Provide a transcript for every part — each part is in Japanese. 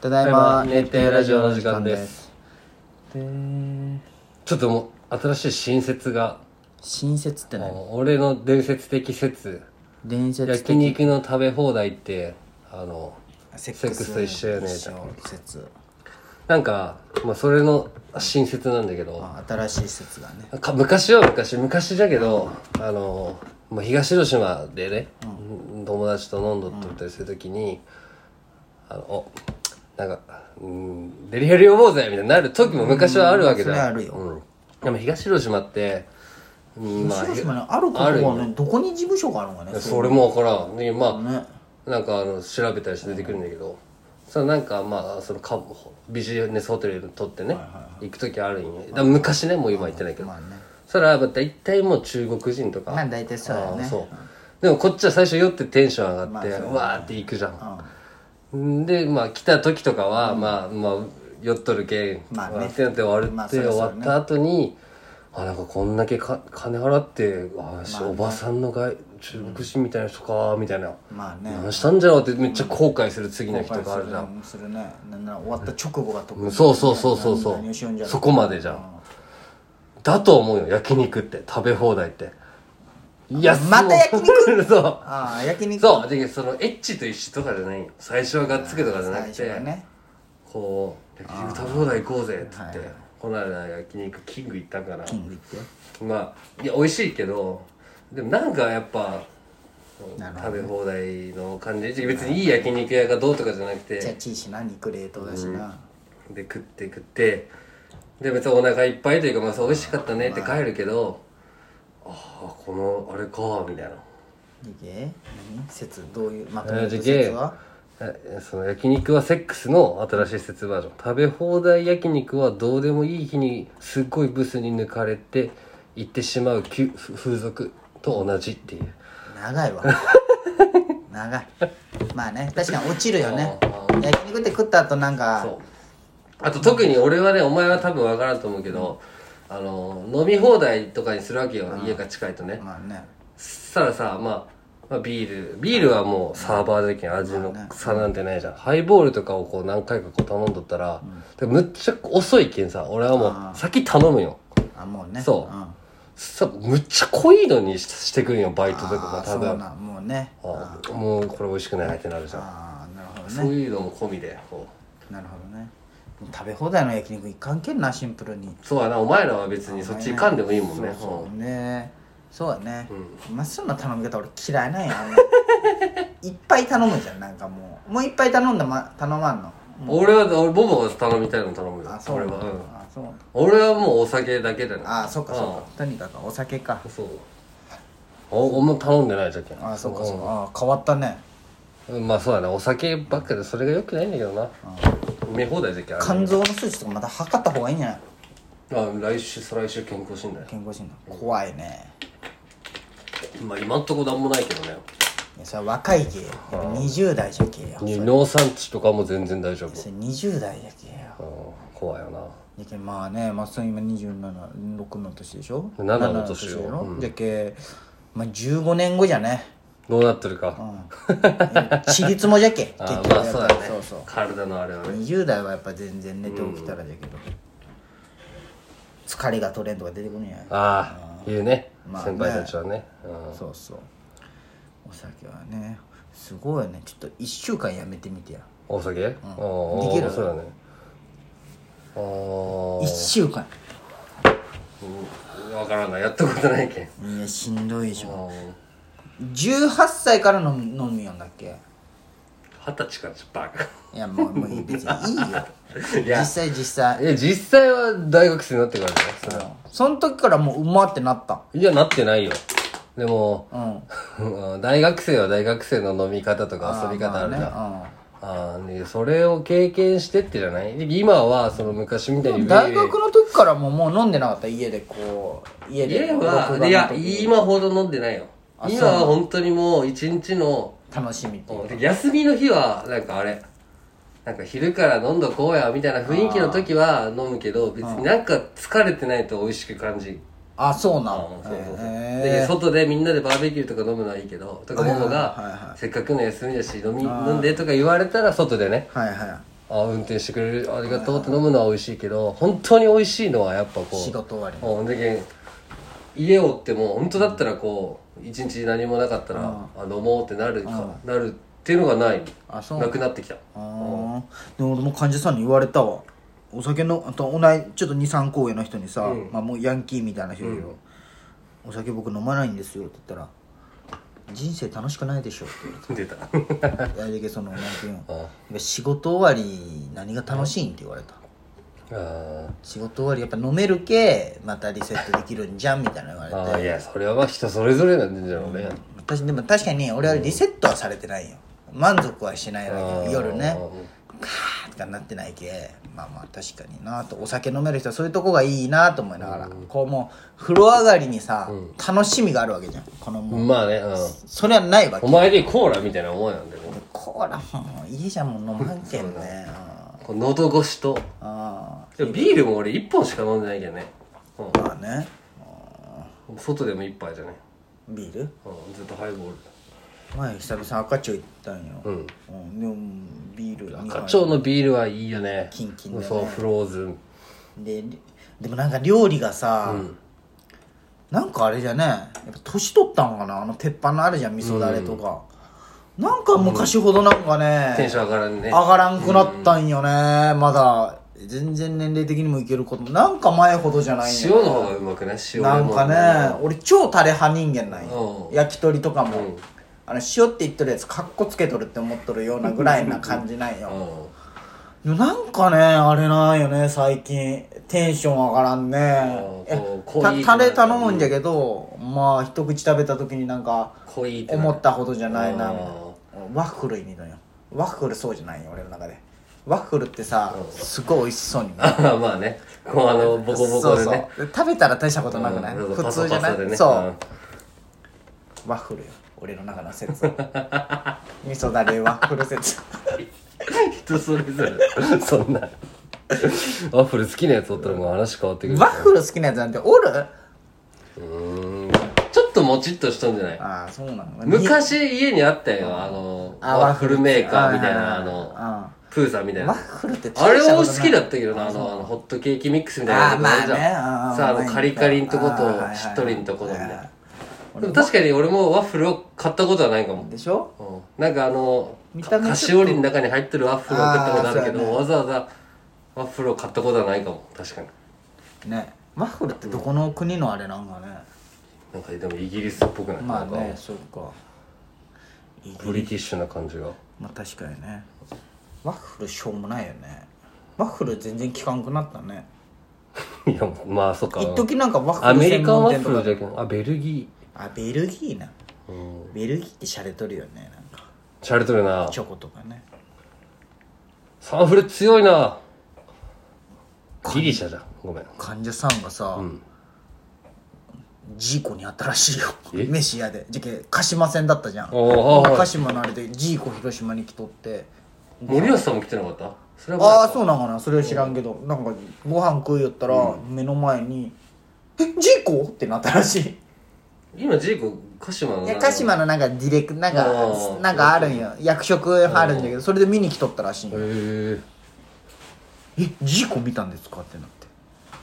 ただいま熱帯夜ラジオの時間ですでちょっともう新しい新説が新説ってあ何の俺の伝説的説伝説焼的肉の食べ放題ってあのセックスと一緒やね一緒説なんか、まあ、それの新説なんだけどあ新しい説がねか昔は昔昔だけどあの、まあ、東広島でね、友達と飲んどっとったりするときに、あのおなんか、うん、デリヘル呼ぼうぜみたいになる時も昔はあるわけじゃん、うんそれあるようんでも東広島って、うん、まあ広島にあるとこあるはよねどこに事務所があるのかねそれも分からんでまあ、うねなんかあの調べたりして出てくるんだけど、そのなんかまあそのかビジネスホテルにとってね、行く時あるんよだから昔ねもう今行ってないけど、まあねそれは大体もう中国人とかまあ大体そうだよねあーそうでもこっちは最初酔ってテンション上がって、まあそうだねわーって行くじゃん、でまあ来た時とかは、まあまあ酔っとるけん、まあねわーってなって終わるまあって、そりゃそう終だわねった後にあなんかこんだけか金払ってあーし、おばさんの外中国人みたいな人かーみたいな、まあね何したんじゃろうってめっちゃ後悔する次の日と後悔かあるじゃん、するねなんなら終わった直後が特うんにそうそうそうそうそ何をしよんじゃうろそこまでじゃん、だと思うよ焼肉って食べ放題っていやまた焼肉 そうああ焼肉そうでそのエッチと一緒とかじゃないよ最初はがっつけとかじゃな最く初て、はねこう焼肉食べ放題行こうぜっつって、はいはいこの間焼肉キング行ったんかなキング行ってまあいや美味しいけどでもなんかやっぱなるほ食べ放題の感じ別にいい焼肉屋がどうとかじゃなくてちゃちいしな肉冷凍だしなで食って食ってで別にお腹いっぱいというか、まあ、そう美味しかったねって帰るけど、ああこのあれかみたいなでげ何説どういうまとめえるーじゃあ説ゲーはえその焼肉はセックスの新しい説バージョン食べ放題焼肉はどうでもいい日にすっごいブスに抜かれて行ってしまうきゅ風俗と同じっていう長い わ長いまあね確かに落ちるよねう焼肉って食った後なんかそうあと特に俺はねお前は多分分からんと思うけど、あの飲み放題とかにするわけよ、家が近いとね、まあねしたらさ、まあ、まあビールビールはもうサーバーでけん味の差なんてないじゃん、ハイボールとかをこう何回かこう頼んどったら、でむっちゃ遅いけんさ俺はもう先頼むよあもうねそうんさむっちゃ濃いのにししてくんよバイトとかあーが多そう分なんもうねあもうこれ美味しくないってなるじゃん、ああなるほどそうねいうのも込みでこなるほどねもう食べ放題の焼肉いかんけんなシンプルにうそうやなお前らは別にそっち行かんでもいいもんねそうそうねそうだねまっすぐの頼み方俺嫌いなんやあん まいっぱい頼むじゃんなんかもうもういっぱい頼んだま頼まんのうん俺は俺ボボが頼みたいの頼むよあそう俺なは、うんのあそうなの俺はもうお酒だけだねあそっかうんそっかとにかくお酒かそうおおも頼んでないじゃけんあそうかそうかあ変わったねうんまあそうだねお酒ばっかでそれがよくないんだけどな見放題じゃけんあれ肝臓の数値とかまた測った方がいいんじゃないあ来週再来週健康診断健康診断怖いねまあ今んとこなんもないけどねいやそれは若いけよやっぱ20代じゃけよそれ尿酸値とかも全然大丈夫それ20代じゃけようん怖いよなじゃけまあねまっすぐ今276の年でしょ7の年よ7のじゃけまあ15年後じゃねどうなってるかうん ちりつもじゃけ結あ局ーまあそうだねそうそう体のあれはね20代はやっぱ全然寝て起きたらじゃけど疲れが取れんとか出てくるんじゃないああいうねまあね先輩たちはねうんそうそうお酒はねすごいよねちょっと1週間やめてみてやお酒でできるそうだねあ1週間あ分からんなやったことないけんいやしんどいでしうょん18歳から飲む飲むよんだっけ二十歳からちょっとバカいやもうもういい別にいいよいや実際実際え実際は大学生になってからねそれはその時からもううまってなったいやなってないよでも う、んうん大学生は大学生の飲み方とか遊び方あるじゃんあ、まあねあーねそれを経験してってじゃないで今はその昔みたいうんに大学の時からももう飲んでなかった家でこう家で家はいや今ほど飲んでないよあ今は本当にもう一日の楽しみっていうか休みの日はなんかあれなんか昼から飲んどこうやみたいな雰囲気の時は飲むけど別になんか疲れてないと美味しく感じあそうなあのそうそうそうへえで外でみんなでバーベキューとか飲むのはいいけどとかはいはモいはモいがはせっかくの休みだし飲み飲んでとか言われたら外でねはいはいああ運転してくれるありがとうって飲むのは美味しいけど本当に美味しいのはやっぱこう仕事終わりのおんでけん家をってもう本当だったらこう一日何もなかったら、あ飲もうってなるか、なるっていうのがないあそうなくなってきた あーでも俺も患者さんに言われたわお酒のあと同いちょっと23個上の人にさ、まあ、もうヤンキーみたいな人いるよ、お酒僕飲まないんですよ」って言ったら「人生楽しくないでしょ」って言われて出 たいやだけどそのなんていうのあいや仕事終わり何が楽しいんって言われたあ仕事終わりやっぱ飲めるけまたリセットできるんじゃんみたいなの言わあれあいてやそれはまあ人それぞれなんじゃろうね、私でも確かに俺はリセットはされてないよ満足はしないわけよ夜ねカーとかなってないけまあまあ確かになとお酒飲める人はそういうとこがいいなと思いながら、こうもう風呂上がりにさ、楽しみがあるわけじゃんこのもう、まあね、うん、それはないわけお前でコーラみたいな思いなんだよねコーラもういいじゃんもう飲まんけんねこう喉越しとうんあでもビールも俺1本しか飲んでないけどね、ーまあねうん、外でも1杯じゃね、ビールうん、ずっとハイボール前久々赤ちょ行ったんよ、うんでもビール2課杯長のビールはいいよねキンキンだねそうフローズンででもなんか料理がさ、なんかあれじゃねやっぱ年取ったんかなあの鉄板のあるじゃん味噌だれとか、なんか昔ほどなんかテねン、ション上がらんね上がらんくなったんよね、まだ全然年齢的にもいけることなんか前ほどじゃない塩よの方がうまくない塩レモなンんかね俺超タレ派人間なんよ、うん焼き鳥とかも、うんあの塩って言ってるやつカッコつけとるって思っとるようなぐらいな感じなんよ、うでもなんかねあれなんよね最近テンション上がらんねあーえこう濃いたタレ頼むんじゃけど、まあ一口食べた時になんかん濃いってな思ったほどじゃないなあーみたいなワッフルいいのよワッフルそうじゃないよ俺の中でワッフルってさすごい美味しそうに見えるあ まあねこうあのボコボコでねそうそう食べたら大したことなくない、うん普通じゃないパサパサでねそう、ワッフルよ俺の中の説 味噌だれワッフル説うん 人それぞれそんな ワッフル好きなやつおったらもう話変わってくるワッフル好きなやつなんておるうーんちょっともちっとしとんじゃないああそうなの昔家にあったよあのあワッフルメーカーみたいはなあいはいはいのプーさんみたいうんなワッフルってあれもも好きだったけどなあのあのホットケーキミックスみたいなあーまあねるじゃうんんさあうあんのカリカリんとこあーはいはいはといしっとりんとことみたはいいはないでも確かに俺もワッフルを買ったことはないかもでしょうんなんかあの見た目菓子折りの中に入ってるワッフルを買ったことあるけあーそうやどねわざわざワッフルを買ったことはないかも確かにねワッフルってどこの国のあれなんかね、なんかでもイギリスっぽくないまあなんねかそうかイギブリティッシュな感じが まあ確かにねワッフルしょうもないよねワッフル全然効かんくなったねいやまあそっか一時なんかワッアフルメリ専カン門ワッ店とフかルじゃけんあベルギあベルギーなーうんベルギーって洒落とるよねなんかしゃれとるなチョコとかねサンフレ強いなギリシャじゃんごめん患者さんがさ、ジーコにあったらしいよえ飯屋でじゃけ鹿島戦だったじゃんおーはい鹿島のあれでジーコ広島に来とって森保さんも来てなかったそれあはあそうなんかなそれは知らんけどなんかご飯食いよったら目の前に「えジーコ?」ってなったらしい今ジーコ鹿島のいや鹿島のなんかディレクなんかうんなんかあるんよ役職あるんだけどそれで見に来とったらしいんよへえ「えジーコ見たんですか?」ってなって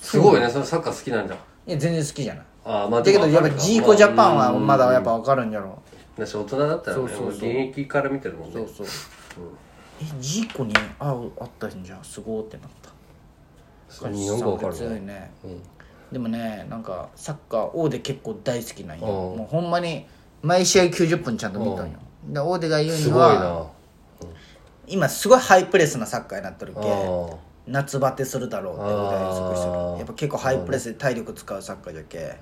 すごいねそれサッカー好きなんじゃんいや全然好きじゃないああまあだけどやっぱジーコジャパンはまだやっぱぱ分かるんやろだし大人だったらそうねそうそうもう現役から見てるもんねそうそうえジーコにああったんじゃんすごーってなったそう日本語わかる強いねね、でもねなんかサッカーオーデ結構大好きなんようんもうほんまに毎試合90分ちゃんと見たんよでオーデが言うにすごいなはあ今すごいハイプレスなサッカーになってるけあ夏バテするだろうってことで予測してるあーやっぱ結構ハイプレスで体力使うサッカーじゃけ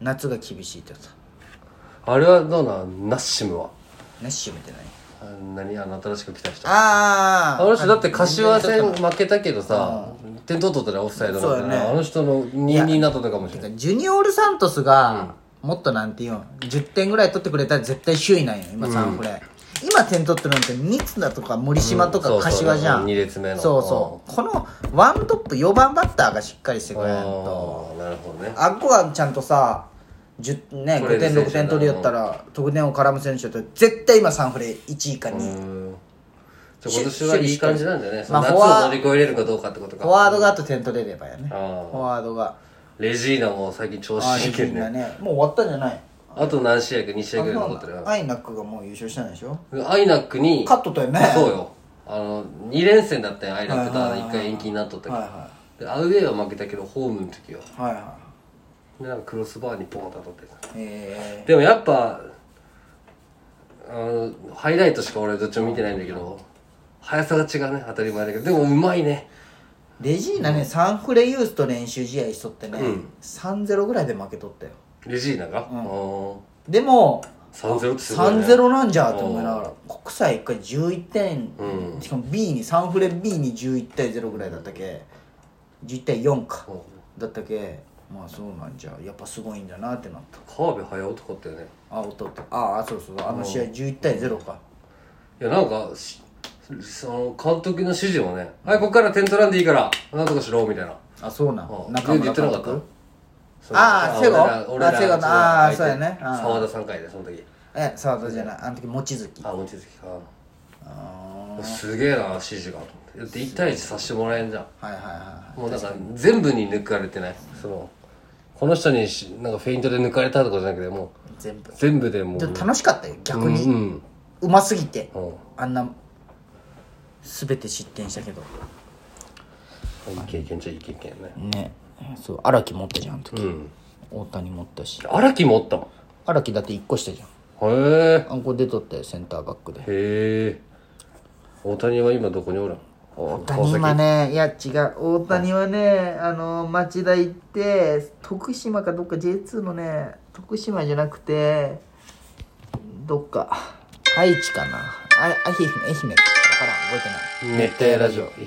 夏が厳しいってさあれはどうなんナッシムはナッシュ見てないあ何あの新しく来た人ああーの人だって柏戦負けたけどさ点取っとったらオフサイドだそかうだねらあの人の2になっとったかもしれないジュニオール・サントスが、もっとなんていうの10点ぐらい取ってくれたら絶対首位なんよ今サンフレ、今点取ってるのって三ツだとか森島とかうんそうそう柏じゃん、うん二列目のそうそうこのワントップ4番バッターがしっかりしてくれんとああなるほどねあっこがちゃんとさ10ね、5取れる点選手6点取りよったら得点を絡む選手だと絶対今サンフレ1位かう2位んじじゃあ今年はいい感じなんだよね。そのまあ夏フォワを乗り越えれるかどうかってことフォワか。ードがあと点取れればやねフあーォワードがレジーナも最近調あ子いいけーみんどなね。ねもう終わったんじゃないあと何試合か2試合ぐらい残ってるよのアイナックがもう優勝したんでしょアイナックに、勝っとったよねそうよ。あの、2連戦だったよ、アイナックとはいはいはい1回延期になっとったけはいどはで。アウェーは負けたけど、ホームの時よ。いはいはで、なんかクロスバーにポンと当たってたいえでもやっぱ、あの、ハイライトしか俺どっちも見てないんだけど、速さが違うね、当たり前だけど。でもうまいね。ーレジーナねサンフレユースと練習試合しとってね3-0ぐらいで負けとったよレジーナが。うん、でも3-0ってすごい、ね。 3-0なんじゃと思いながら国際1回11点うしかも B にサンフレ B に11対0ぐらいだったけ11対4かだったけまあそうなんじゃやっぱすごいんだなってなった川辺隼男ってねあ弟ああそうそうあの試合11対0かいやなんかしその監督の指示もね「はいここから点取らんでいいからなんとかしろ」みたいなあそうなんうん中村言ってなかっ監督たあーその瀬古俺ら俺らあ瀬古ちのあー相手そうやねあー沢田3回でその時え沢田じゃないあの時望月あ望月かあすげえな指示がと思って1対1させてもらえんじゃんーはいはいはもうなんか全部に抜かれてないそのこの人にしなんかフェイントで抜かれたとかじゃなくてもい全部う全部でもうでも楽しかったよ逆に、ううんますぎて、うんあんな全て失点したけどいい経験じゃいい経験ねねそう荒木持ったじゃんあの時、うん大谷持ったし荒木もおったもん荒木だって1個したじゃんへえあんこ出とったよセンターバックでへえ大谷は今どこにおらん大谷今ねいや違う大谷はねあの町田行って徳島かどっか J2 のね徳島じゃなくてどっか愛知かなあれ愛媛愛媛か分からん覚えてない熱帯ラジオ愛